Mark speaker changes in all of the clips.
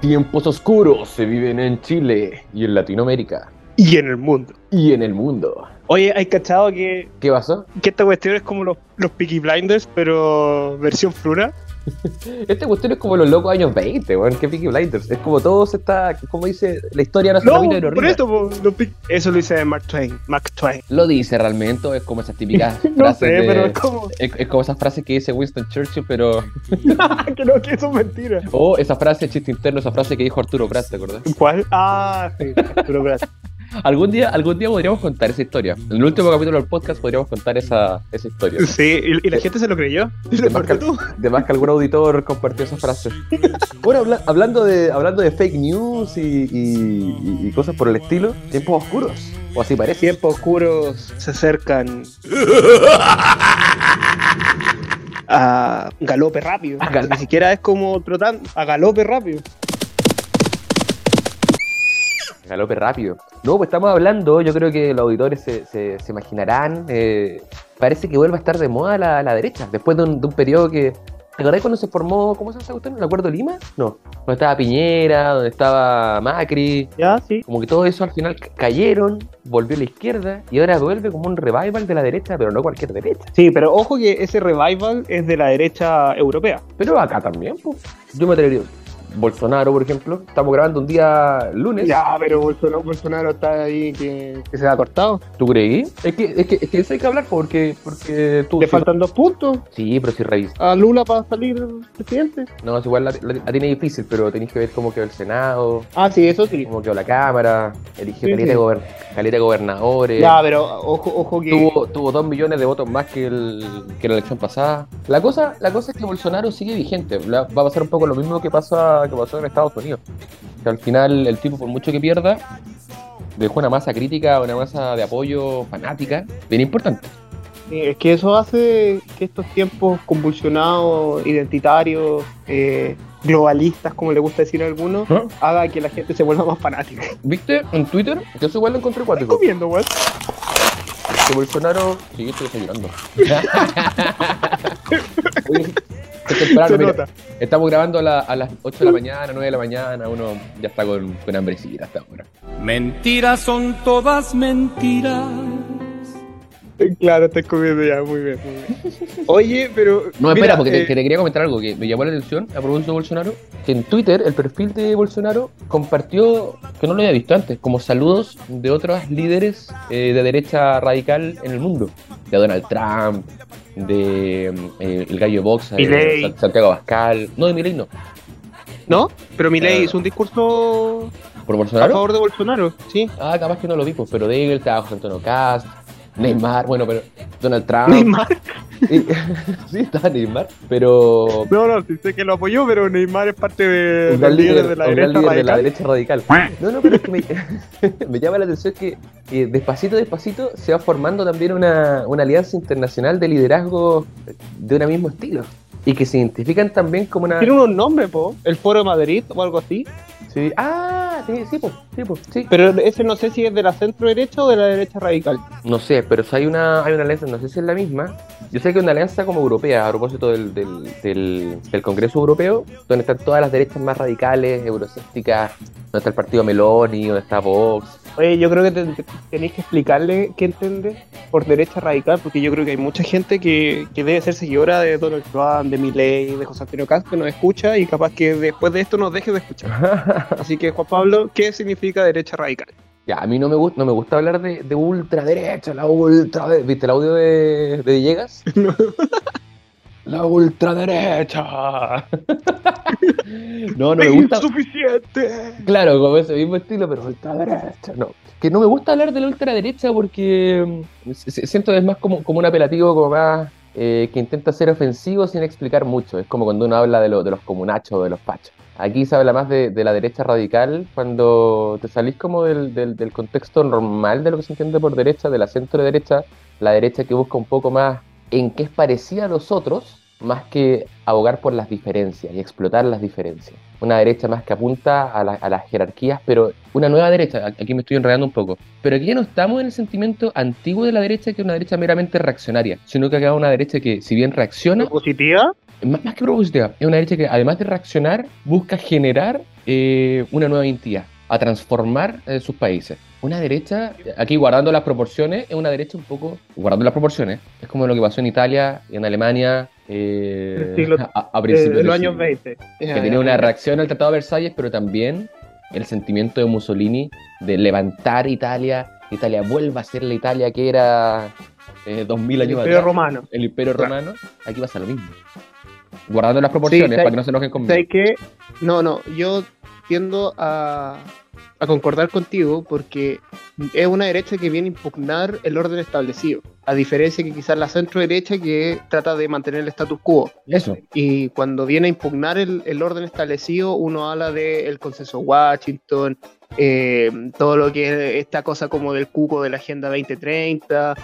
Speaker 1: Tiempos oscuros se viven en Chile y en Latinoamérica
Speaker 2: Y en el mundo.
Speaker 1: y en el mundo.
Speaker 2: Oye, hay cachado que,
Speaker 1: ¿Qué pasó?
Speaker 2: que esta cuestión es como los, los Peaky Blinders, pero versión flora.
Speaker 1: Esta cuestión es como los locos años 20, weón. Que Peaky Blinders. Es como todo se está. Como dice la historia no se
Speaker 2: No,
Speaker 1: termina y no
Speaker 2: por
Speaker 1: rima.
Speaker 2: esto, po, los Peaky- eso lo dice Mark Twain. Mark Twain.
Speaker 1: Lo dice realmente, o es como esas típicas
Speaker 2: No
Speaker 1: frases.
Speaker 2: sé,
Speaker 1: de-
Speaker 2: pero es como
Speaker 1: es- es como esas frases que dice Winston Churchill, pero.
Speaker 2: que no, que eso es mentira.
Speaker 1: O esa frase, chiste interno, esa frase que dijo Arturo Prat, ¿te acordás?
Speaker 2: ¿Cuál? Ah, sí, pero espérate.
Speaker 1: Algún día, algún día podríamos contar esa historia. En el último capítulo del podcast podríamos contar esa, esa historia.
Speaker 2: Sí, y, y la gente se lo creyó. Dice, ¿por qué tú?
Speaker 1: De más que algún auditor compartió esa frase. Bueno, habla- hablando, de, hablando de fake news y, y- y cosas por el estilo, tiempos oscuros. O así parece.
Speaker 2: Tiempos oscuros se acercan a galope rápido.
Speaker 1: A gal-
Speaker 2: Ni siquiera es como trotando, a galope rápido.
Speaker 1: Galope rápido. No, pues estamos hablando, yo creo que los auditores se, se- se imaginarán. eh, parece que vuelve a estar de moda la, la derecha, después de un, de un periodo que. ¿Te acordás cuando se formó, cómo se llama esa cuestión? ¿El Acuerdo de Lima? No. Donde estaba Piñera, donde estaba Macri.
Speaker 2: Ya, sí.
Speaker 1: Como que todo eso al final ca- cayeron, volvió a la izquierda y ahora vuelve como un revival de la derecha, pero no cualquier derecha.
Speaker 2: Sí, pero ojo que ese revival es de la derecha europea.
Speaker 1: Pero acá también, pues. Yo me atrevería. Bolsonaro, por ejemplo, estamos grabando un día lunes.
Speaker 2: Ya, pero Bolsonaro, Bolsonaro está ahí que, que se ha cortado.
Speaker 1: ¿Tú creí? Es que, es que, es que eso hay que hablar pues, porque, porque tú.
Speaker 2: Le
Speaker 1: si-
Speaker 2: faltan dos puntos
Speaker 1: Sí, pero si revisas.
Speaker 2: a Lula para salir presidente.
Speaker 1: No, es igual la, la, la tiene difícil, pero tenéis que ver cómo quedó el Senado,
Speaker 2: Ah, sí, eso sí.
Speaker 1: cómo quedó la Cámara, eligió
Speaker 2: Sí,
Speaker 1: caleta,
Speaker 2: sí.
Speaker 1: de gober- caleta de gobernadores,
Speaker 2: Ya, pero ojo, ojo que...
Speaker 1: tuvo, tuvo dos millones de votos más que, el, que la elección pasada. La cosa, la cosa es que Bolsonaro sigue vigente, la- va a pasar un poco lo mismo que, pasa, que pasó en Estados Unidos. Que al final el tipo, por mucho que pierda, dejó una masa crítica, una masa de apoyo fanática, bien importante.
Speaker 2: Sí, Es que eso hace que estos tiempos convulsionados, identitarios, eh, globalistas, como le gusta decir a algunos,
Speaker 1: ¿Ah?
Speaker 2: haga que la gente se vuelva más fanática.
Speaker 1: ¿Viste? En Twitter, yo eso igual lo encontré
Speaker 2: ¿Estás
Speaker 1: cuático.
Speaker 2: comiendo, weón?
Speaker 1: Que Bolsonaro. Sí, estoy desayunando. Oye, es temprano,
Speaker 2: Se
Speaker 1: mira,
Speaker 2: nota.
Speaker 1: Estamos grabando a, la- a las 8 de la mañana, 9 de la mañana. Uno ya está con, con hambrecita hasta ahora.
Speaker 3: Mentiras son todas mentiras.
Speaker 2: Claro, estás comiendo ya, muy bien, muy bien. Oye, pero.
Speaker 1: No, espera,
Speaker 2: mira,
Speaker 1: porque te,
Speaker 2: eh,
Speaker 1: que te quería comentar algo que me llamó la atención a propósito de Bolsonaro. Que en Twitter, el perfil de Bolsonaro compartió, que no lo había visto antes, como saludos de otros líderes eh, de derecha radical en el mundo. De Donald Trump, de mm, eh, el gallo Box,
Speaker 2: Milei.
Speaker 1: Santiago Abascal. No, de Milei no.
Speaker 2: ¿No? Pero mi ley
Speaker 1: Claro.
Speaker 2: hizo un discurso
Speaker 1: ¿Por
Speaker 2: a
Speaker 1: Bolsonaro?
Speaker 2: favor de Bolsonaro, ¿sí?
Speaker 1: Ah, capaz que no lo vi, pues, pero Degel, trabajo Antonio Cast, Neymar, bueno, pero Donald
Speaker 2: Ah.
Speaker 1: Trump.
Speaker 2: Neymar.
Speaker 1: Y- sí, estaba Neymar, pero.
Speaker 2: No, no, sí sé que lo apoyó, pero Neymar es parte de,
Speaker 1: Un gran
Speaker 2: del líder,
Speaker 1: líder,
Speaker 2: de la
Speaker 1: un gran
Speaker 2: derecha.
Speaker 1: líder de la
Speaker 2: radical.
Speaker 1: derecha radical. No, no, pero es que me, me llama la atención que eh, despacito, despacito se va formando también una, una alianza internacional de liderazgo de un mismo estilo. Y que se identifican también como una.
Speaker 2: Tiene unos nombres, po. El Foro de Madrid o algo así.
Speaker 1: Sí, ah, sí, sí, pues, sí, pues, sí.
Speaker 2: Pero ese no sé si es de la centro derecha o de la derecha radical.
Speaker 1: No sé, pero si hay una, hay una alianza, no sé si es la misma. Yo sé que una alianza como europea, a propósito del, del, del- del Congreso Europeo, donde están todas las derechas más radicales, euroscépticas, donde está el partido Meloni, donde está Vox.
Speaker 2: Oye, yo creo que ten- tenéis que explicarle qué entiende por derecha radical, porque yo creo que hay mucha gente que, que debe ser seguidora de Donald Trump, de Milley, de José Antonio Cast, que nos escucha y capaz que después de esto nos deje de escuchar. Así que, Juan Pablo, ¿qué significa derecha radical?
Speaker 1: Ya, a mí no me, gusta no me gusta hablar de, de ultraderecha, la ultraderecha. ¿Viste el audio de, de Villegas?
Speaker 2: No.
Speaker 1: La ultraderecha. no, no me gusta.
Speaker 2: ¡Insuficiente!
Speaker 1: Claro, como ese mismo estilo, pero ultraderecha. No, que no me gusta hablar de la ultraderecha porque mm, se- se- siento que es más como, como un apelativo como más eh, que intenta ser ofensivo sin explicar mucho. Es como cuando uno habla de, lo- de los comunachos o de los pachos. Aquí se habla más de, de la derecha radical cuando te salís como del, del- del contexto normal de lo que se entiende por derecha, de la centro derecha, la derecha que busca un poco más en qué es parecida a los otros, más que abogar por las diferencias y explotar las diferencias. Una derecha más que apunta a, la- a las jerarquías, pero una nueva derecha, a- aquí me estoy enredando un poco, pero aquí ya no estamos en el sentimiento antiguo de la derecha, que es una derecha meramente reaccionaria, sino que acá una derecha que si bien reacciona,
Speaker 2: ¿Positiva?
Speaker 1: más, más que propositiva, es una derecha que además de reaccionar, busca generar eh, una nueva identidad, a transformar eh, sus países. Una derecha, aquí guardando las proporciones, es una derecha un poco, guardando las proporciones, es como lo que pasó en Italia, en Alemania, eh,
Speaker 2: El siglo-
Speaker 1: a, a
Speaker 2: Eh, De,
Speaker 1: principios del
Speaker 2: los años
Speaker 1: siglo
Speaker 2: 20.
Speaker 1: que tenía una reacción al Tratado de Versalles, pero también el sentimiento de Mussolini de levantar Italia, que Italia vuelva a ser la Italia que era eh, 2000
Speaker 2: El
Speaker 1: años
Speaker 2: Imperio
Speaker 1: atrás,
Speaker 2: Romano.
Speaker 1: el Imperio
Speaker 2: Claro.
Speaker 1: Romano, aquí pasa lo mismo. Guardando las proporciones
Speaker 2: Sí, sí.
Speaker 1: para que no se enojen conmigo.
Speaker 2: ¿Sabes qué? No, no, yo tiendo a, a concordar contigo porque es una derecha que viene a impugnar el orden establecido, a diferencia que quizás la centro derecha que trata de mantener el status quo.
Speaker 1: Eso,
Speaker 2: Y cuando viene a impugnar el, el orden establecido, uno habla del consenso Washington, eh, todo lo que es esta cosa como del cuco de la Agenda 2030,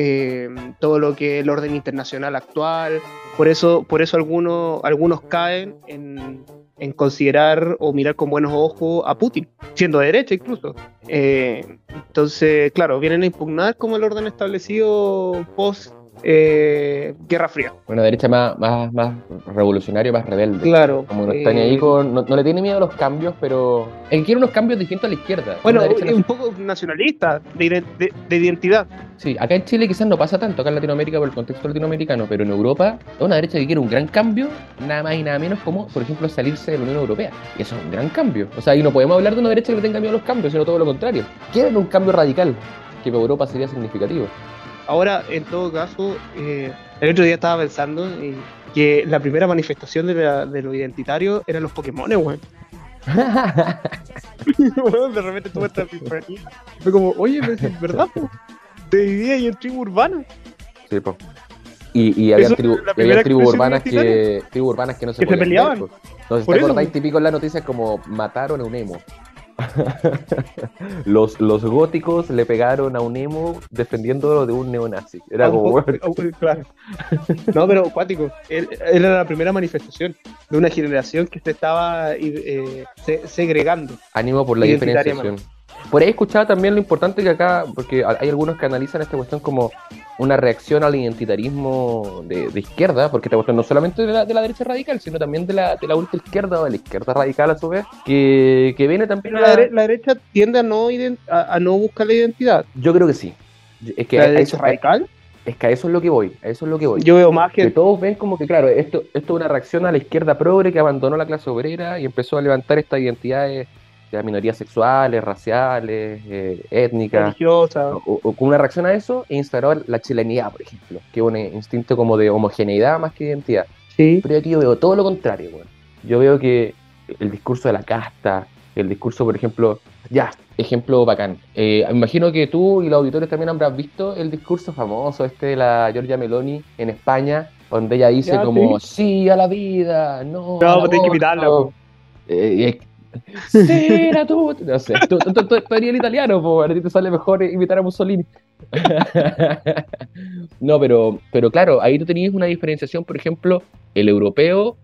Speaker 2: eh, todo lo que es el orden internacional actual. Por eso, por eso algunos, algunos caen en, en considerar o mirar con buenos ojos a Putin, siendo de derecha incluso. Eh, entonces, claro, vienen a impugnar como el orden establecido post eh, Guerra Fría.
Speaker 1: una derecha más, más, más revolucionaria, más rebelde.
Speaker 2: Claro.
Speaker 1: Como no está ni ahí
Speaker 2: eh,
Speaker 1: con- no, no le tiene miedo a los cambios, pero. Él quiere unos cambios distintos a la izquierda.
Speaker 2: Bueno,
Speaker 1: Una derecha
Speaker 2: es un poco nacionalista, de, ide- de- de identidad.
Speaker 1: Sí, acá en Chile quizás no pasa tanto, acá en Latinoamérica por el contexto latinoamericano, pero en Europa es una derecha que quiere un gran cambio, nada más y nada menos como, por ejemplo, salirse de la Unión Europea. Y eso es un gran cambio. O sea, y no podemos hablar de una derecha que le tenga miedo a los cambios, sino todo lo contrario. Quieren un cambio radical, que para Europa sería significativo.
Speaker 2: Ahora, en todo caso, eh, el otro día estaba pensando eh, que la primera manifestación de, la- de lo identitario eran los Pokémon, weón. Weón, de repente tuve esta epifanía. Fue como, oye, pero si es verdad, po. Te dividí ahí en tribu urbana.
Speaker 1: sí, po. Y, y había,
Speaker 2: Eso
Speaker 1: tribu- y
Speaker 2: es la
Speaker 1: había
Speaker 2: primera
Speaker 1: tribus
Speaker 2: expresión
Speaker 1: urbanas que, tribus urbanas que no se
Speaker 2: Que se
Speaker 1: podían
Speaker 2: peleaban.
Speaker 1: ver, po. Entonces,
Speaker 2: Por
Speaker 1: ¿te
Speaker 2: eso,
Speaker 1: acordáis
Speaker 2: po.
Speaker 1: típico en las noticias como mataron a un emo? los, los góticos le pegaron a un emo defendiéndolo de un neonazi. Era
Speaker 2: Ah,
Speaker 1: como,
Speaker 2: un
Speaker 1: bueno,
Speaker 2: poco- ah, claro. No, pero cuático. Él- Era la primera manifestación de una generación que se estaba eh, se- segregando.
Speaker 1: Ánimo por la
Speaker 2: Identitaria,
Speaker 1: diferenciación. Por ahí escuchaba también lo importante que acá, porque a- hay algunos que analizan esta cuestión como una reacción al identitarismo de, de izquierda, porque esta cuestión no solamente de la, de la derecha radical, sino también de la, de la ultra izquierda o de la izquierda radical a su vez, que, que viene también
Speaker 2: Pero
Speaker 1: a-
Speaker 2: la, dere- la derecha tiende a no, ident- a, a no buscar la identidad.
Speaker 1: Yo creo que sí. Yo- Es que,
Speaker 2: la
Speaker 1: a
Speaker 2: derecha
Speaker 1: eso,
Speaker 2: radical,
Speaker 1: es que a eso es lo que voy, a eso es lo que voy.
Speaker 2: yo veo más
Speaker 1: que
Speaker 2: que.
Speaker 1: todos ven como que, claro, esto, esto es una reacción a la izquierda progre que abandonó la clase obrera y empezó a levantar estas identidades de minorías sexuales, raciales, eh, étnicas.
Speaker 2: religiosa.
Speaker 1: o, o como una reacción a eso, e instalar la chilenidad, por ejemplo, que es un instinto como de homogeneidad más que identidad.
Speaker 2: Sí.
Speaker 1: Pero yo aquí yo veo todo lo contrario, weón. Yo veo que el discurso de la casta, el discurso, por ejemplo, ya, ejemplo bacán. Eh, me imagino que tú y los auditores también habrás visto el discurso famoso este de la Giorgia Meloni en España, donde ella dice
Speaker 2: Ya,
Speaker 1: como, sí. a la vida, no.
Speaker 2: No,
Speaker 1: al
Speaker 2: pues tenés que
Speaker 1: aborto".
Speaker 2: imitarla, po.
Speaker 1: Eh, y es- Sí, era tú. No sé, tú, tú, tú, tú eres el italiano, po, a ti te sale mejor imitar a Mussolini. no, pero, pero claro, ahí tú tenías una diferenciación, por ejemplo, el europeo,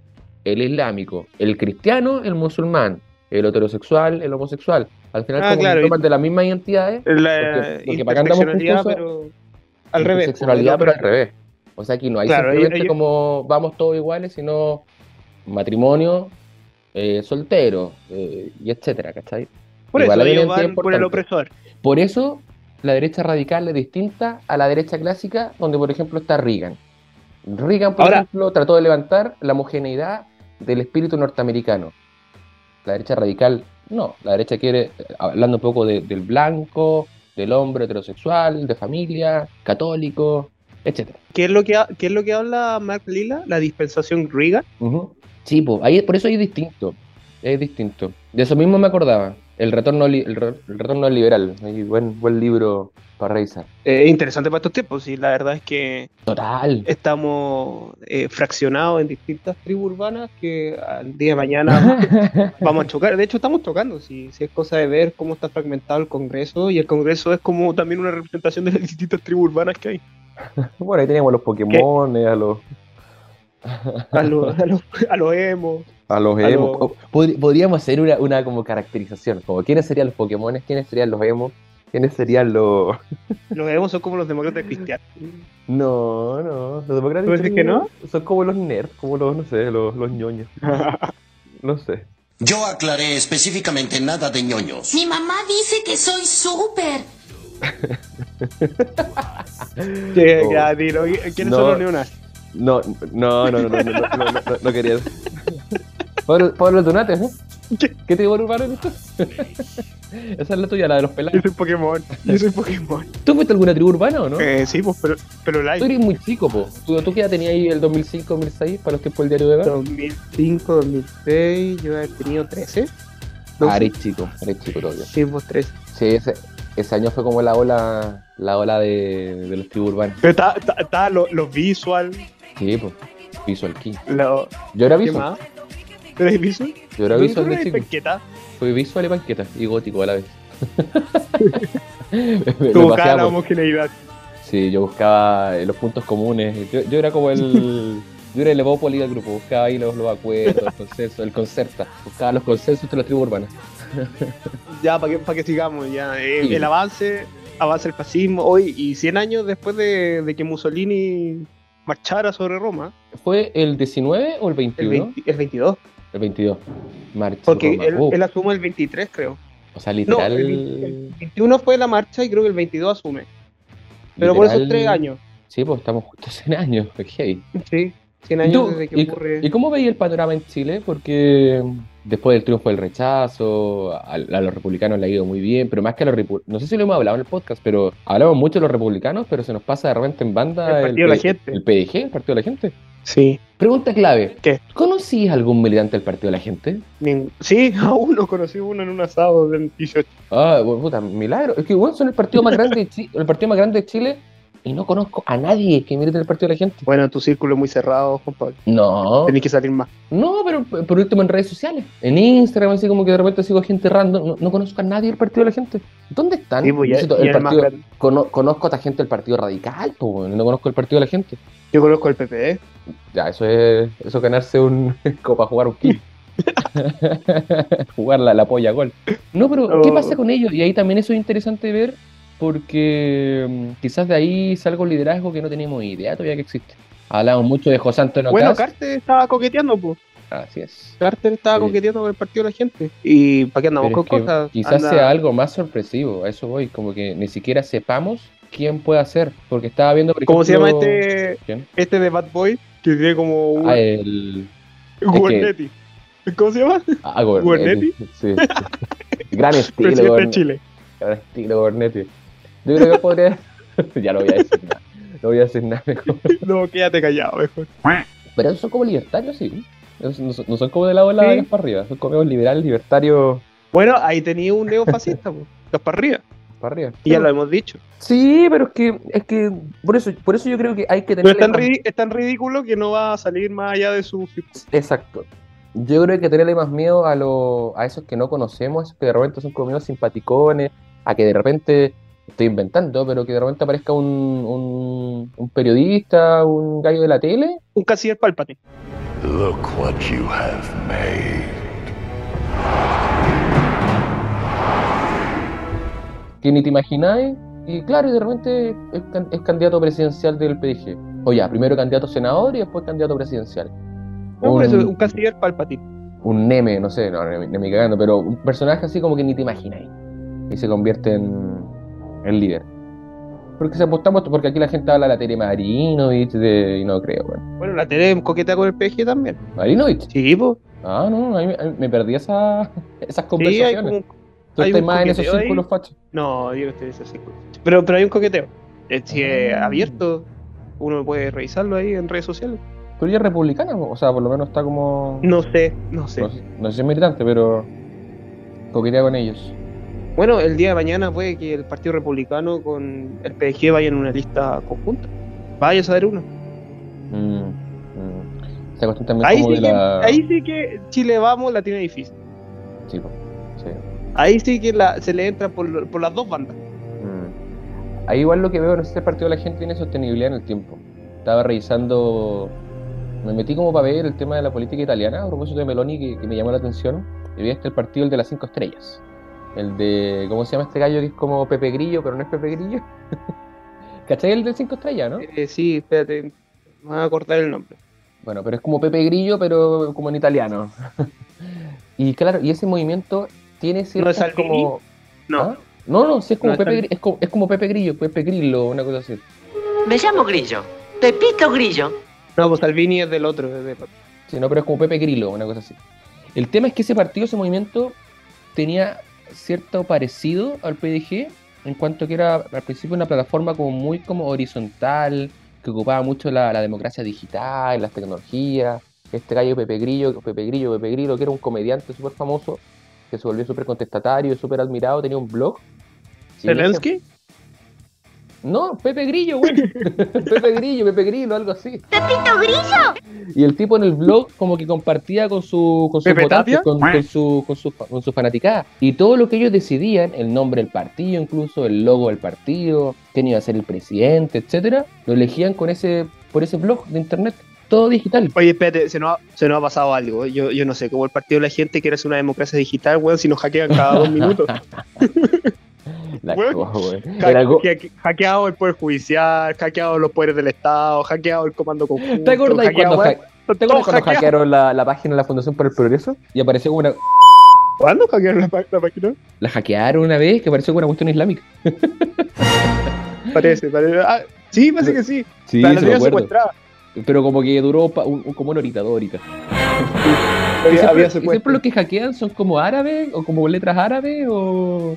Speaker 1: el islámico, el cristiano, el musulmán, el heterosexual, el homosexual. Al final,
Speaker 2: Ah,
Speaker 1: como que
Speaker 2: claro, y-
Speaker 1: toman de las mismas identidades,
Speaker 2: La
Speaker 1: Porque- porque para acá andamos con
Speaker 2: interseccionalidad,
Speaker 1: cosas-
Speaker 2: pero. Al revés. pues,
Speaker 1: sexualidad, pero al
Speaker 2: revés.
Speaker 1: revés. O sea, aquí no hay
Speaker 2: Claro,
Speaker 1: simplemente
Speaker 2: ellos-
Speaker 1: como vamos todos iguales, sino matrimonio, eh, soltero, eh, y etcétera, ¿cachai?
Speaker 2: Por
Speaker 1: Igual
Speaker 2: eso
Speaker 1: hay
Speaker 2: ellos
Speaker 1: una identidad
Speaker 2: van por el
Speaker 1: importante.
Speaker 2: opresor.
Speaker 1: Por eso la derecha radical es distinta a la derecha clásica, donde por ejemplo está Reagan. Reagan, por
Speaker 2: Ahora-
Speaker 1: ejemplo, trató de levantar la homogeneidad del espíritu norteamericano. La derecha radical, no. La derecha quiere, eh, hablando un poco de- del blanco, del hombre heterosexual, de familia, católico, etc.
Speaker 2: ¿Qué es lo que, ha- qué es lo que habla Mark Lila? La dispensación Reagan.
Speaker 1: Sí, po, ahí, por eso ahí es distinto. Es distinto. De eso mismo me acordaba. El retorno, li- el re- el retorno al liberal. Ahí, buen, buen libro para revisar.
Speaker 2: Eh, interesante para estos tiempos, y la verdad es que
Speaker 1: Total.
Speaker 2: estamos eh, fraccionados en distintas tribus urbanas que al día de mañana vamos a chocar. De hecho, estamos chocando. Si, si es cosa de ver cómo está fragmentado el Congreso, y el Congreso es como también una representación de las distintas tribus urbanas que hay.
Speaker 1: Bueno, ahí teníamos a los Pokémon, a los,
Speaker 2: A los, a los, a los emos.
Speaker 1: a los
Speaker 2: A
Speaker 1: emos.
Speaker 2: los-
Speaker 1: Pod- Podríamos hacer una, una como caracterización, como quiénes serían los Pokémon, quiénes serían los emos, ¿Quiénes serían los.?
Speaker 2: Los emos son como los demócratas cristianos.
Speaker 1: No, no. Los demócratas.
Speaker 2: ¿Tú dices
Speaker 1: son-
Speaker 2: que no?
Speaker 1: Son como los nerds, como los, no sé, los, los ñoños. No sé.
Speaker 4: Yo aclaré específicamente nada de ñoños.
Speaker 5: Mi mamá dice que soy súper.
Speaker 2: Qué
Speaker 1: Oh.
Speaker 2: gratis, lo- ¿Quiénes
Speaker 1: No.
Speaker 2: son los neonazis?
Speaker 1: No, no, no, no, no, no, no, no, no, no quería eso. Pablo, Pablo Donate, ¿eh?
Speaker 2: ¿Qué?
Speaker 1: ¿Qué te digo urbano en esto? Esa es la tuya, la de los
Speaker 2: Yo
Speaker 1: pelados.
Speaker 2: soy Pokémon. Yo soy Pokémon.
Speaker 1: ¿Tú fuiste a alguna tribu urbana o no?
Speaker 2: Eh, sí, pues, pero, pero
Speaker 1: Tú
Speaker 2: live.
Speaker 1: eres muy chico, po. ¿Tú, tú qué edad tenías ahí el 2005, 2006 para los tiempos del diario de Eva?
Speaker 2: 2005, 2006, yo he tenido 13.
Speaker 1: Ah, eres chico, eres chico todavía.
Speaker 2: Sí, pues. vos 13.
Speaker 1: Sí, ese, ese año fue como la ola, la ola de, de los tribus urbanos.
Speaker 2: Pero está, está, está lo, lo visual,
Speaker 1: Sí, po. Visual King.
Speaker 2: lo...
Speaker 1: Yo era
Speaker 2: ¿Qué
Speaker 1: visual.
Speaker 2: más? ¿Tú eres visual?
Speaker 1: Yo era
Speaker 2: ¿Tú- tú
Speaker 1: visual
Speaker 2: no
Speaker 1: de
Speaker 2: eres
Speaker 1: chico.
Speaker 2: penqueta?
Speaker 1: Fui visual y banqueta y gótico a la vez. me,
Speaker 2: Tú
Speaker 1: me
Speaker 2: buscabas la
Speaker 1: paseaba por-
Speaker 2: homogeneidad.
Speaker 1: Sí, yo buscaba eh, los puntos comunes. Yo, yo era como el. Yo era el Evópoli del grupo, buscaba ahí los, los acuerdos, el consenso, el concerta, buscaba los consensos de las tribus urbanas.
Speaker 2: Ya, para que, pa' que sigamos, ya. El,
Speaker 1: Sí.
Speaker 2: el avance, avanza el fascismo hoy y 100 años después de, de que Mussolini marchara sobre Roma,
Speaker 1: ¿Fue el 19 o el
Speaker 2: el,
Speaker 1: 21?
Speaker 2: 20 el 22,
Speaker 1: El 22. Marcha
Speaker 2: porque
Speaker 1: Roma.
Speaker 2: él,
Speaker 1: Uh,
Speaker 2: él asume el 23, creo.
Speaker 1: o sea,
Speaker 2: No,
Speaker 1: literal.
Speaker 2: el, 20 el 21 fue la marcha y creo que el 22 asume, pero por
Speaker 1: literal-
Speaker 2: esos 3 años.
Speaker 1: Sí, pues estamos justo 100 años. ok.
Speaker 2: Sí, 100
Speaker 1: ¿Y
Speaker 2: años
Speaker 1: tú-
Speaker 2: desde que
Speaker 1: y,
Speaker 2: ocurre.
Speaker 1: y cómo veía el panorama en Chile? Porque después del triunfo del rechazo, a, a los republicanos le ha ido muy bien, pero más que a los repu- no sé si lo hemos hablado en el podcast, pero hablamos mucho de los republicanos, pero se nos pasa de repente en banda
Speaker 2: El Partido de la Gente.
Speaker 1: el PDG, el Partido de la Gente.
Speaker 2: Sí.
Speaker 1: Pregunta clave.
Speaker 2: ¿Qué?
Speaker 1: ¿Conocías algún militante del Partido de la Gente?
Speaker 2: Nin- Sí, a uno, conocí uno en un asado del 18.
Speaker 1: Ah, bueno, puta, milagro. Es que bueno, son el partido más grande de Chi- el partido más grande de Chile y no conozco a nadie que milite en el Partido de la Gente.
Speaker 2: Bueno, tu círculo es muy cerrado, Juan Pablo.
Speaker 1: No.
Speaker 2: Tenés que salir más.
Speaker 1: No, pero p- por último en redes sociales. En Instagram, así como que de repente sigo gente random. No, no conozco a nadie del partido de la gente. ¿Dónde están?
Speaker 2: Sí, pues ya-
Speaker 1: Necesito
Speaker 2: ya
Speaker 1: el
Speaker 2: eres más
Speaker 1: partido-
Speaker 2: grande.
Speaker 1: cono- conozco a esta gente del partido radical, po, weón. no conozco el partido de la gente.
Speaker 2: Yo conozco el PPD.
Speaker 1: Ya, eso es, eso es ganarse un. como para jugar un kill. jugar la, la polla a gol. No, pero ¿qué
Speaker 2: No.
Speaker 1: pasa con ellos? Y ahí también eso es interesante ver, porque mm, quizás de ahí salga un liderazgo que no tenemos idea todavía que existe. Hablamos mucho de José Antonio
Speaker 2: Bueno,
Speaker 1: Kast.
Speaker 2: Carter estaba coqueteando, pues.
Speaker 1: Así es.
Speaker 2: Carter estaba
Speaker 1: Sí.
Speaker 2: coqueteando con el partido de la gente. ¿Y para qué andamos
Speaker 1: Pero es
Speaker 2: con
Speaker 1: que
Speaker 2: cosas?
Speaker 1: Quizás
Speaker 2: Anda-
Speaker 1: sea algo más sorpresivo, a eso voy, como que ni siquiera sepamos quién puede hacer, porque estaba viendo, por
Speaker 2: ¿Cómo se llama
Speaker 1: ejemplo,
Speaker 2: este,
Speaker 1: ¿quién?
Speaker 2: este de Bad Boy? Que tiene como un
Speaker 1: Ah, el...
Speaker 2: Gubernetti. ¿Cómo se llama?
Speaker 1: Ah, Gornetti. Sí. Gran estilo,
Speaker 2: Presidente de
Speaker 1: Gorn-
Speaker 2: Chile.
Speaker 1: gran estilo, Gornetti. Yo creo que podría... ya no voy a decir nada, no voy a decir nada mejor.
Speaker 2: No, quédate callado, mejor.
Speaker 1: Pero esos son como libertarios, sí. Esos No son, no son como de la ola
Speaker 2: Sí.
Speaker 1: para arriba, son como liberales, libertarios
Speaker 2: Bueno, ahí tenía un neofascista, pues. para arriba.
Speaker 1: para arriba.
Speaker 2: Y ya lo hemos dicho.
Speaker 1: Sí, pero es que, es que por eso, por eso yo creo que hay que
Speaker 2: Pero
Speaker 1: tener
Speaker 2: es tan, ri- es tan ridículo que no va a salir más allá de su.
Speaker 1: Exacto. Yo creo que tenerle más miedo a, lo, a esos que no conocemos, esos que de repente son como medio simpaticones, a que de repente, estoy inventando, pero que de repente aparezca un, un, un periodista, un gallo de la tele.
Speaker 2: Un canciller Palpatine.
Speaker 6: Look what you have made.
Speaker 1: que ni te imagináis. Y claro, y de repente es, can- es candidato presidencial del PDG. O ya, primero candidato a senador y después candidato presidencial.
Speaker 2: No, por
Speaker 1: Un-
Speaker 2: eso, un canciller Palpatine.
Speaker 1: un neme, no sé, no, neme, neme cagando, pero un personaje así como que ni te imagináis. Y se convierte en el líder. Porque se apostamos, porque aquí la gente habla de la Tere Marinovich, de, y no creo, bueno.
Speaker 2: Bueno, la tele coqueta con el PG también.
Speaker 1: ¿Marinovich?
Speaker 2: Sí, pues.
Speaker 1: Ah, no, ahí me- ahí me perdí esa- esas
Speaker 2: Sí, hay
Speaker 1: conversaciones.
Speaker 2: como un
Speaker 1: Tú
Speaker 2: hay
Speaker 1: estás
Speaker 2: un
Speaker 1: más en esos
Speaker 2: coqueteo ahí.
Speaker 1: círculos fachos.
Speaker 2: No, yo no estoy en ese círculo. Pero, pero hay un coqueteo. Eh, Es que abierto. Uno puede revisarlo ahí en redes sociales.
Speaker 1: Tú eres republicana, o sea, por lo menos está como...
Speaker 2: No sé, no sé.
Speaker 1: No, sé- no sé si es militante, pero coquetea con ellos.
Speaker 2: Bueno, el día de mañana puede que el Partido Republicano con el PDG vayan en una lista conjunta. Vaya a saber uno.
Speaker 1: Mm, mm. Esa cuestión también
Speaker 2: Ahí
Speaker 1: como
Speaker 2: sí,
Speaker 1: de
Speaker 2: que,
Speaker 1: la...
Speaker 2: ahí sí que Chile Vamos la tiene difícil.
Speaker 1: Sí, po, sí.
Speaker 2: Ahí sí que la- se le entra por, lo- por las dos bandas.
Speaker 1: Mm. Ahí igual lo que veo, no sé si el partido de la gente tiene sostenibilidad en el tiempo. Estaba revisando, me metí como para ver el tema de este, la política italiana, a propósito de Meloni, que, que me llamó la atención, y vi hasta el partido el de las cinco estrellas. El de. ¿Cómo se llama este gallo que es como Pepe Grillo, pero no es Pepe Grillo? ¿Cachai el del 5 estrellas, no?
Speaker 2: Eh, sí, espérate, me voy a cortar el nombre.
Speaker 1: Bueno, pero es como Pepe Grillo, pero como en italiano. y claro, y ese movimiento tiene ciertas
Speaker 2: Salvini?
Speaker 1: como.
Speaker 2: No.
Speaker 1: ¿Ah? No, no, sí es como,
Speaker 2: No es
Speaker 1: Pepe,
Speaker 2: Salvini.
Speaker 1: Gri- es como, es como Pepe Grillo, Pepe Grillo, una cosa así.
Speaker 7: Me llamo Grillo. Pepito Grillo.
Speaker 2: No, pues Salvini es del otro, es de
Speaker 1: Sí, no, pero es como Pepe Grillo, una cosa así. El tema es que ese partido, ese movimiento, tenía cierto parecido al PDG, en cuanto que era al principio una plataforma como muy como horizontal, que ocupaba mucho la, la democracia digital, las tecnologías. Este gallo Pepe Grillo, Pepe Grillo, Pepe Grillo, que era un comediante súper famoso, que se volvió súper contestatario y súper admirado, tenía un blog. Y en ese-
Speaker 2: Zelensky.
Speaker 1: no, Pepe Grillo, güey. Pepe Grillo, Pepe Grillo, algo así.
Speaker 5: ¡Pepito Grillo!
Speaker 1: Y el tipo en el blog como que compartía con su con sus
Speaker 2: ¿Pepe
Speaker 1: votantes,
Speaker 2: Tapia?
Speaker 1: con, con su, con, su, con su fanaticada. Y todo lo que ellos decidían, el nombre del partido incluso, el logo del partido, quién iba a ser el presidente, etcétera, lo elegían con ese por ese blog de internet, todo digital.
Speaker 2: Oye, espérate, se nos ha, se nos ha pasado algo. Yo, yo no sé, como el partido de la gente quiere hacer una democracia digital, weón, si nos hackean cada dos minutos.
Speaker 1: La
Speaker 2: Güey.
Speaker 1: cosa, güey. Era algo-
Speaker 2: Hacke- Hackeado el Poder Judicial, hackeado los poderes del Estado, hackeado el Comando Conjunto.
Speaker 1: ¿Te acordás
Speaker 2: hackeado,
Speaker 1: cuando, ha-
Speaker 2: weón,
Speaker 1: ¿te acordás
Speaker 2: todo
Speaker 1: cuando
Speaker 2: hackeado.
Speaker 1: hackearon la, la página de la Fundación para el Progreso? Y apareció como una...
Speaker 2: ¿Cuándo hackearon la, pa- la máquina?
Speaker 1: La hackearon una vez que apareció como una cuestión islámica.
Speaker 2: Parece, parece. Ah, sí, parece que sí.
Speaker 1: Sí,
Speaker 2: la tenían secuestrada.
Speaker 1: Pero como que duró pa- un- un- como una horita, dos horitas. Y siempre,
Speaker 2: Había, había
Speaker 1: y siempre
Speaker 2: secuestro.
Speaker 1: los que hackean son como árabes o como letras árabes o.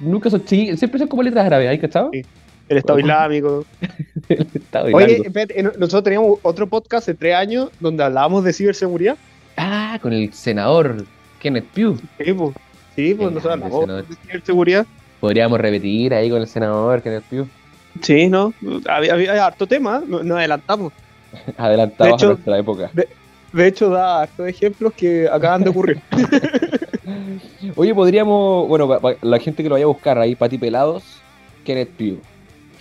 Speaker 1: Nunca son chi- siempre son como letras árabes, ¿hay cachado?
Speaker 2: Sí. El Estado Islámico.
Speaker 1: El Estado
Speaker 2: Oye,
Speaker 1: Islámico.
Speaker 2: espérate, eh, nosotros teníamos otro podcast de tres años donde hablábamos de ciberseguridad.
Speaker 1: Ah, con el senador Kenneth Pugh.
Speaker 2: Sí, pues, sí, pues
Speaker 1: Qué
Speaker 2: nosotros
Speaker 1: grande
Speaker 2: hablamos
Speaker 1: ese, ¿no?
Speaker 2: de ciberseguridad.
Speaker 1: Podríamos repetir ahí con el senador Kenneth Pugh.
Speaker 2: Sí, ¿no? Había, había harto tema, ¿eh? no, no adelantamos.
Speaker 1: Adelantados
Speaker 2: De hecho-
Speaker 1: a nuestra época.
Speaker 2: De hecho, da harto de ejemplos que acaban de ocurrir.
Speaker 1: Oye, podríamos. Bueno, pa- pa- la gente que lo vaya a buscar ahí, Pati Pelados, Kenneth Pugh.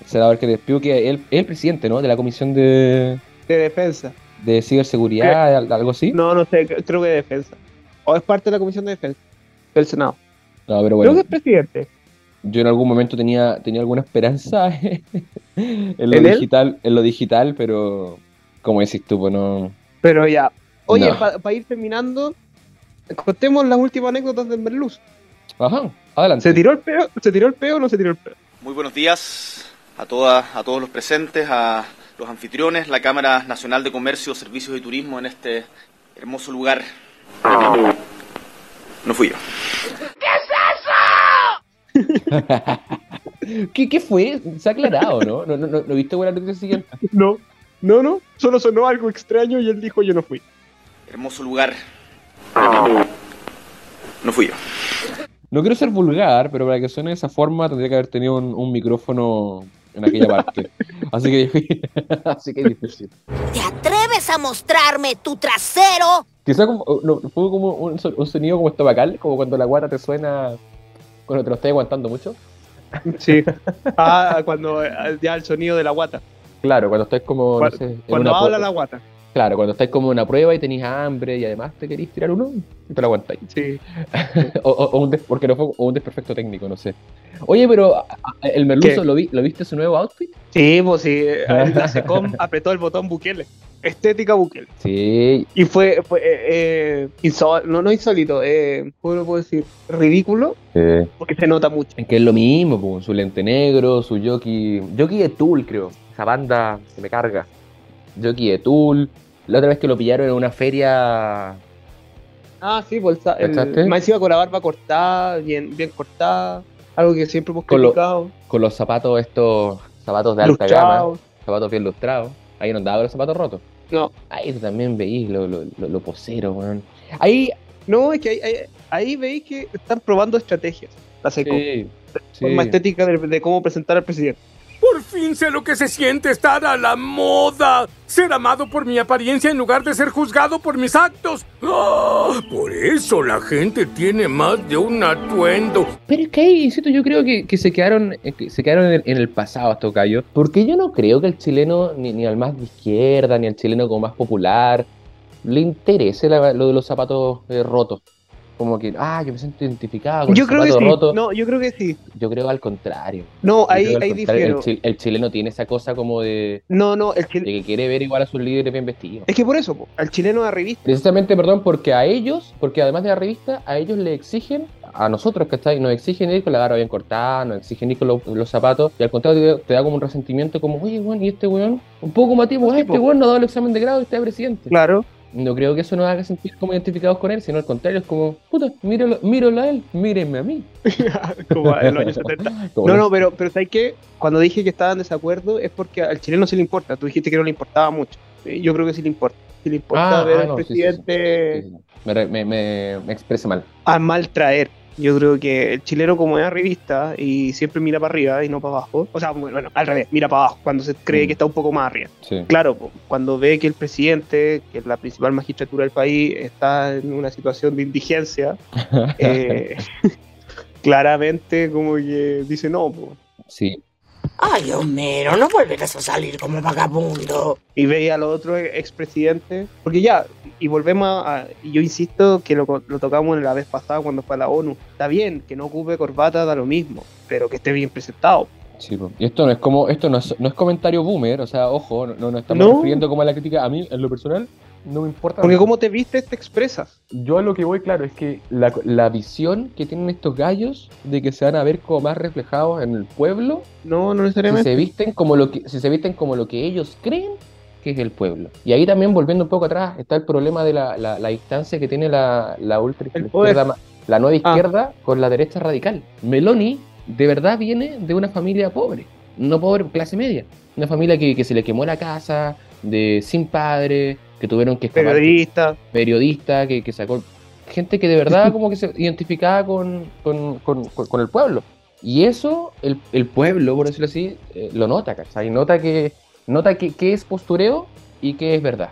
Speaker 1: El senador Kenneth Pugh, que él es el presidente, ¿no? De la Comisión de,
Speaker 2: De defensa.
Speaker 1: de Ciberseguridad, al- algo así.
Speaker 2: No, no sé, cre- creo que de defensa. O es parte de la Comisión de Defensa del Senado.
Speaker 1: No, pero bueno.
Speaker 2: Creo que es presidente.
Speaker 1: yo en algún momento tenía, tenía alguna esperanza en lo
Speaker 2: ¿En él?
Speaker 1: digital, en lo digital, pero como decís tú, pues no.
Speaker 2: Pero ya. Oye,
Speaker 1: No.
Speaker 2: para ir terminando, contemos las últimas anécdotas de Merluz.
Speaker 1: Ajá, adelante.
Speaker 2: ¿Se tiró el peo? ¿Se tiró el peo o no se tiró el peo?
Speaker 8: Muy buenos días a, todas, a todos los presentes, a los anfitriones, la Cámara Nacional de Comercio, Servicios y Turismo en este hermoso lugar. No fui yo.
Speaker 1: ¿Qué, qué fue? Se ha aclarado, ¿no? No, no, no, no viste buena noticia siguiente.
Speaker 2: No. No, no. Solo sonó algo extraño y él dijo yo no fui.
Speaker 8: Hermoso lugar. No fui yo.
Speaker 1: No quiero ser vulgar, pero para que suene de esa forma tendría que haber tenido un, un micrófono en aquella parte. Así que difícil. Así que difícil.
Speaker 5: ¿Te atreves a mostrarme tu trasero?
Speaker 1: Quizá como, no, fue como un, son- un sonido como estomacal, como cuando la guata te suena cuando te lo estás aguantando mucho.
Speaker 2: Sí. Ah, cuando eh, ya el sonido de la guata.
Speaker 1: Claro, cuando estás como. no
Speaker 2: Cuando-
Speaker 1: sé, en
Speaker 2: Cuando
Speaker 1: una
Speaker 2: habla
Speaker 1: po-
Speaker 2: la guata.
Speaker 1: Claro, cuando estáis como en una prueba y tenéis hambre y además te queréis tirar uno, te lo aguantáis.
Speaker 2: Sí.
Speaker 1: O, o- o un des- porque no fue- o un desperfecto técnico, no sé. Oye, pero a- a- el merluzo,
Speaker 2: ¿Qué?
Speaker 1: ¿lo, vi- ¿lo viste su nuevo outfit?
Speaker 2: Sí, pues sí. eh, La SECOM apretó el botón Bukele. Estética Bukele.
Speaker 1: Sí,
Speaker 2: Y fue, fue, eh, eh, insó- no, no insólito, eh, ¿cómo lo puedo decir? Ridículo, porque se nota mucho.
Speaker 1: que es lo mismo, po, su lente negro, su jockey. Jockey de Tool, creo. Esa banda que me carga. Jockey de Tool. La otra vez que lo pillaron en una feria.
Speaker 2: Ah, sí, bolsa, el,
Speaker 1: ¿Cachaste?
Speaker 2: más encima con la barba cortada, bien, bien cortada, algo que siempre hemos
Speaker 1: Con lo-
Speaker 2: criticado.
Speaker 1: Con los zapatos, estos zapatos de alta gama.
Speaker 2: lustrado.
Speaker 1: Zapatos bien lustrados. Ahí no andaba con los zapatos rotos.
Speaker 2: No,
Speaker 1: Ahí tú también veís lo, lo, lo, lo posero, weón. Ahí.
Speaker 2: no, es que ahí, ahí- ahí veis que están probando estrategias, la SECO,
Speaker 1: Sí,
Speaker 2: forma estética de, de cómo presentar al presidente.
Speaker 3: Por fin sé lo que se siente estar a la moda. Ser amado por mi apariencia en lugar de ser juzgado por mis actos. ¡Ah! Por eso la gente tiene más de un atuendo.
Speaker 1: Pero es que ahí, insisto, yo creo que, que se quedaron, eh, que se quedaron en, el, en el pasado estos gallos. Porque yo no creo que el chileno, ni, ni al más de izquierda, ni al chileno como más popular, le interese la- lo de los zapatos eh, rotos. Como que, ah, yo me siento identificado con
Speaker 2: Yo
Speaker 1: el
Speaker 2: creo que
Speaker 1: zapato
Speaker 2: sí.
Speaker 1: roto.
Speaker 2: No, yo creo que sí.
Speaker 1: Yo creo al contrario.
Speaker 2: No,
Speaker 1: Yo
Speaker 2: ahí,
Speaker 1: creo al
Speaker 2: ahí
Speaker 1: contrario. El
Speaker 2: difiero.
Speaker 1: chil- el chileno tiene esa cosa como de,
Speaker 2: No, no, el chil-
Speaker 1: de que quiere ver igual a sus líderes bien vestidos.
Speaker 2: es que por eso, po, al chileno de revista.
Speaker 1: Precisamente, perdón, porque a ellos, porque además de la revista, a ellos le exigen, a nosotros, ¿cachai? Nos exigen ir con la barba bien cortada, nos exigen ir con los, los zapatos, y al contrario te, te da como un resentimiento, como, oye, weón, y este weón, un poco combativo, ah, este
Speaker 2: po.
Speaker 1: weón no ha dado el examen de grado y está de presidente.
Speaker 2: Claro.
Speaker 1: No creo que eso nos haga sentir como identificados con él, sino al contrario, es como, puta, míralo, míralo a él, mírenme a mí.
Speaker 2: Como Ah, en los años 70.
Speaker 1: Como
Speaker 2: No, no, pero, pero ¿sabes qué? Cuando dije que estaba en desacuerdo es porque al chileno sí le importa. Tú dijiste que no le importaba mucho. Eh, Yo creo que sí le importa. Sí le importa
Speaker 1: Ah,
Speaker 2: ver
Speaker 1: ah,
Speaker 2: al
Speaker 1: no, sí, sí, sí.
Speaker 2: presidente
Speaker 1: Sí, sí, sí. Me, re- me, me, me expresé mal.
Speaker 2: a maltraer. Yo creo que el chileno como es revista y siempre mira para arriba y no para abajo. O sea, bueno, bueno, al revés, mira para abajo cuando se cree
Speaker 1: Mm.
Speaker 2: que está un poco más arriba.
Speaker 1: Sí.
Speaker 2: Claro, po, cuando ve que el presidente, que es la principal magistratura del país, está en una situación de indigencia, eh, claramente como que dice no. po.
Speaker 1: Sí.
Speaker 9: Ay, Homero, no volverás a salir como vagabundo.
Speaker 2: y veía a los otros expresidentes. Porque ya, y volvemos a. a- y yo insisto que lo, co- lo tocamos la vez pasada cuando fue a la ONU. Está bien que no ocupe corbata, da lo mismo, pero que esté bien presentado.
Speaker 1: Sí, po. y esto no es como, esto no es, no es comentario boomer, o sea, ojo, no, no nos estamos
Speaker 2: No.
Speaker 1: refiriendo como a la crítica. A mí, en lo personal, no me importa.
Speaker 2: Porque como te vistes, te expresas.
Speaker 1: Yo a lo que voy, claro, es que la, la visión que tienen estos gallos de que se van a ver como más reflejados en el pueblo,
Speaker 2: No, no
Speaker 1: si
Speaker 2: necesariamente.
Speaker 1: se visten como lo que, si se visten como lo que ellos creen que es el pueblo. Y ahí también, volviendo un poco atrás, está el problema de la, la, la distancia que tiene la, la ultra
Speaker 2: El
Speaker 1: la
Speaker 2: poder.
Speaker 1: izquierda ma- la nueva
Speaker 2: Ah.
Speaker 1: izquierda con la derecha radical. Meloni de verdad viene de una familia pobre, no pobre, clase media. Una familia que, que se le quemó la casa, de sin padre, que tuvieron que escapar
Speaker 2: Periodista.
Speaker 1: periodista que, que sacó gente que de verdad como que se identificaba con, con, con- con- con el pueblo. Y eso el, el pueblo, por decirlo así, eh, lo nota, ¿cachai? Nota que nota que, que es postureo y que es verdad.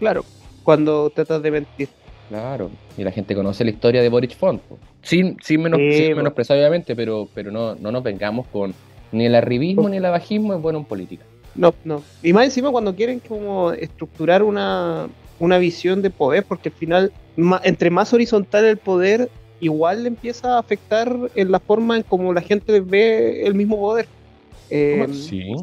Speaker 2: Claro, cuando tratas de mentir.
Speaker 1: Claro. Y la gente conoce la historia de Boric Font. po. Sin, sin, menos,
Speaker 2: Sí,
Speaker 1: sin
Speaker 2: po.
Speaker 1: menospreciar, obviamente, pero, pero no, no nos vengamos con ni el arribismo ni el abajismo es bueno en política.
Speaker 2: No, no. Y más encima cuando quieren como estructurar una, una visión de poder, porque al final, ma- entre más horizontal el poder, igual empieza a afectar en la forma en como la gente ve el mismo poder. Eh,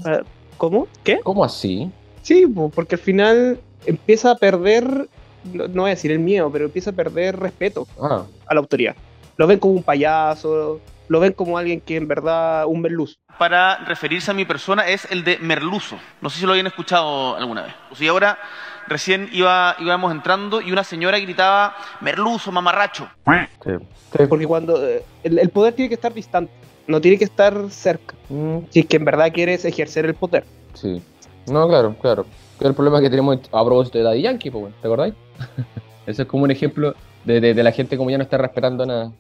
Speaker 2: ah, ¿Cómo? ¿Qué?
Speaker 1: ¿Cómo así?
Speaker 2: Sí, po, porque al final empieza a perder, no, no voy a decir el miedo, pero empieza a perder respeto
Speaker 1: Ah,
Speaker 2: a la autoridad. Lo ven como un payaso, lo ven como alguien que en verdad, un merluz.
Speaker 8: Para referirse a mi persona es el de merluzo. No sé si lo habían escuchado alguna vez. O sea, y ahora recién iba, íbamos entrando y una señora gritaba merluzo, mamarracho.
Speaker 1: sí.
Speaker 2: Porque cuando eh, el, el poder tiene que estar distante, no tiene que estar cerca.
Speaker 1: Mm,
Speaker 2: Si es que en verdad quieres ejercer el poder.
Speaker 1: Sí. No, claro, claro. Que El problema que tenemos a propósito de Daddy Yankee, pues, bueno, ¿te acordáis? Eso es como un ejemplo de, de- de la gente como ya no está respetando nada.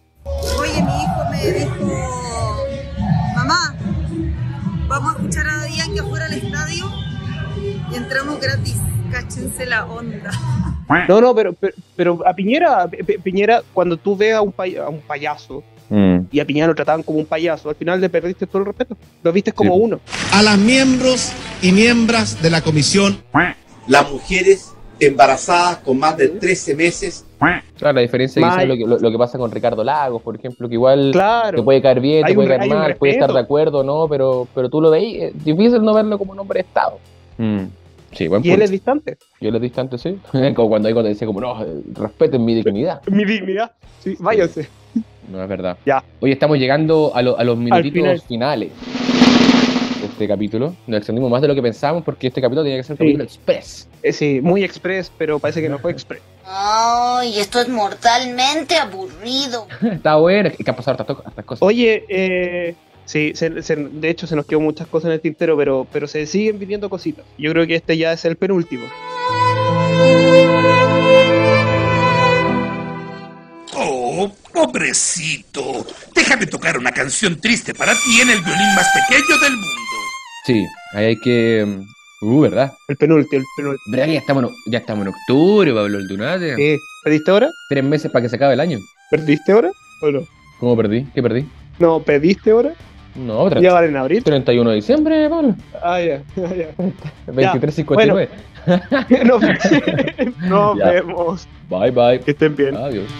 Speaker 9: Oye, mi hijo me dijo, mamá, vamos a escuchar a Día que afuera al estadio y entramos gratis. Cáchense la onda.
Speaker 2: No, no, pero, pero, pero a Piñera, a Pi- Pi- Piñera, cuando tú ves a un, pay- a un payaso y a Piñera lo trataban como un payaso, al final le perdiste todo el respeto. Lo viste como
Speaker 1: Sí.
Speaker 2: uno.
Speaker 10: a las miembros y miembros de la comisión, las mujeres embarazadas con más de 13 meses
Speaker 1: Claro, la diferencia
Speaker 2: Mal.
Speaker 1: quizás es lo que, lo, lo que pasa con Ricardo Lagos, por ejemplo, que igual te
Speaker 2: Claro.
Speaker 1: puede caer bien,
Speaker 2: Hay
Speaker 1: te
Speaker 2: un
Speaker 1: puede
Speaker 2: re-
Speaker 1: caer
Speaker 2: hay un
Speaker 1: mal, puede estar de
Speaker 2: respeto.
Speaker 1: acuerdo o no, pero, pero tú lo veis, es difícil no verlo como un hombre de Estado. Sí, buen
Speaker 2: Y él
Speaker 1: punto.
Speaker 2: es distante.
Speaker 1: Yo les distante, sí. como cuando Ego te dice como, no, eh, respeten mi dignidad.
Speaker 2: Mi dignidad. Sí, váyanse.
Speaker 1: No es verdad.
Speaker 2: Ya.
Speaker 1: Hoy estamos llegando a, lo- a los minutitos
Speaker 2: final.
Speaker 1: finales de este capítulo. Nos extendimos más de lo que pensábamos porque este capítulo tenía que ser un
Speaker 2: Sí.
Speaker 1: capítulo express.
Speaker 2: Eh, sí, muy express, pero parece que no fue express.
Speaker 5: Ay, esto es mortalmente aburrido.
Speaker 1: Está bueno, es que han pasado hartas, to- hartas cosas.
Speaker 2: Oye, eh, sí, se- se- de hecho se nos quedó muchas cosas en el tintero, pero, pero se siguen viniendo cositas. Yo creo que este ya es el penúltimo.
Speaker 10: Oh, pobrecito. Déjame tocar una canción triste para ti en el violín más pequeño del mundo.
Speaker 1: Sí, ahí hay que. mm, Uh, ¿verdad?
Speaker 2: El penúltimo, el penúltimo.
Speaker 1: ¿Verdad que ya estamos, en- ya estamos en octubre, Pablo Aldunate?
Speaker 2: ¿Qué? ¿Pediste ahora?
Speaker 1: Tres meses para que se acabe el año.
Speaker 2: ¿Perdiste ahora? ¿O no?
Speaker 1: ¿Cómo perdí? ¿Qué perdí?
Speaker 2: No, ¿pediste ahora?
Speaker 1: No, otra.
Speaker 2: Ya vale en abril.
Speaker 1: 31 de diciembre, Pablo.
Speaker 2: Ah, ya, ya, ya.
Speaker 1: 23.59.
Speaker 2: Nos, nos
Speaker 1: Ya.
Speaker 2: vemos.
Speaker 1: Bye, bye.
Speaker 2: Que estén bien.
Speaker 1: Adiós.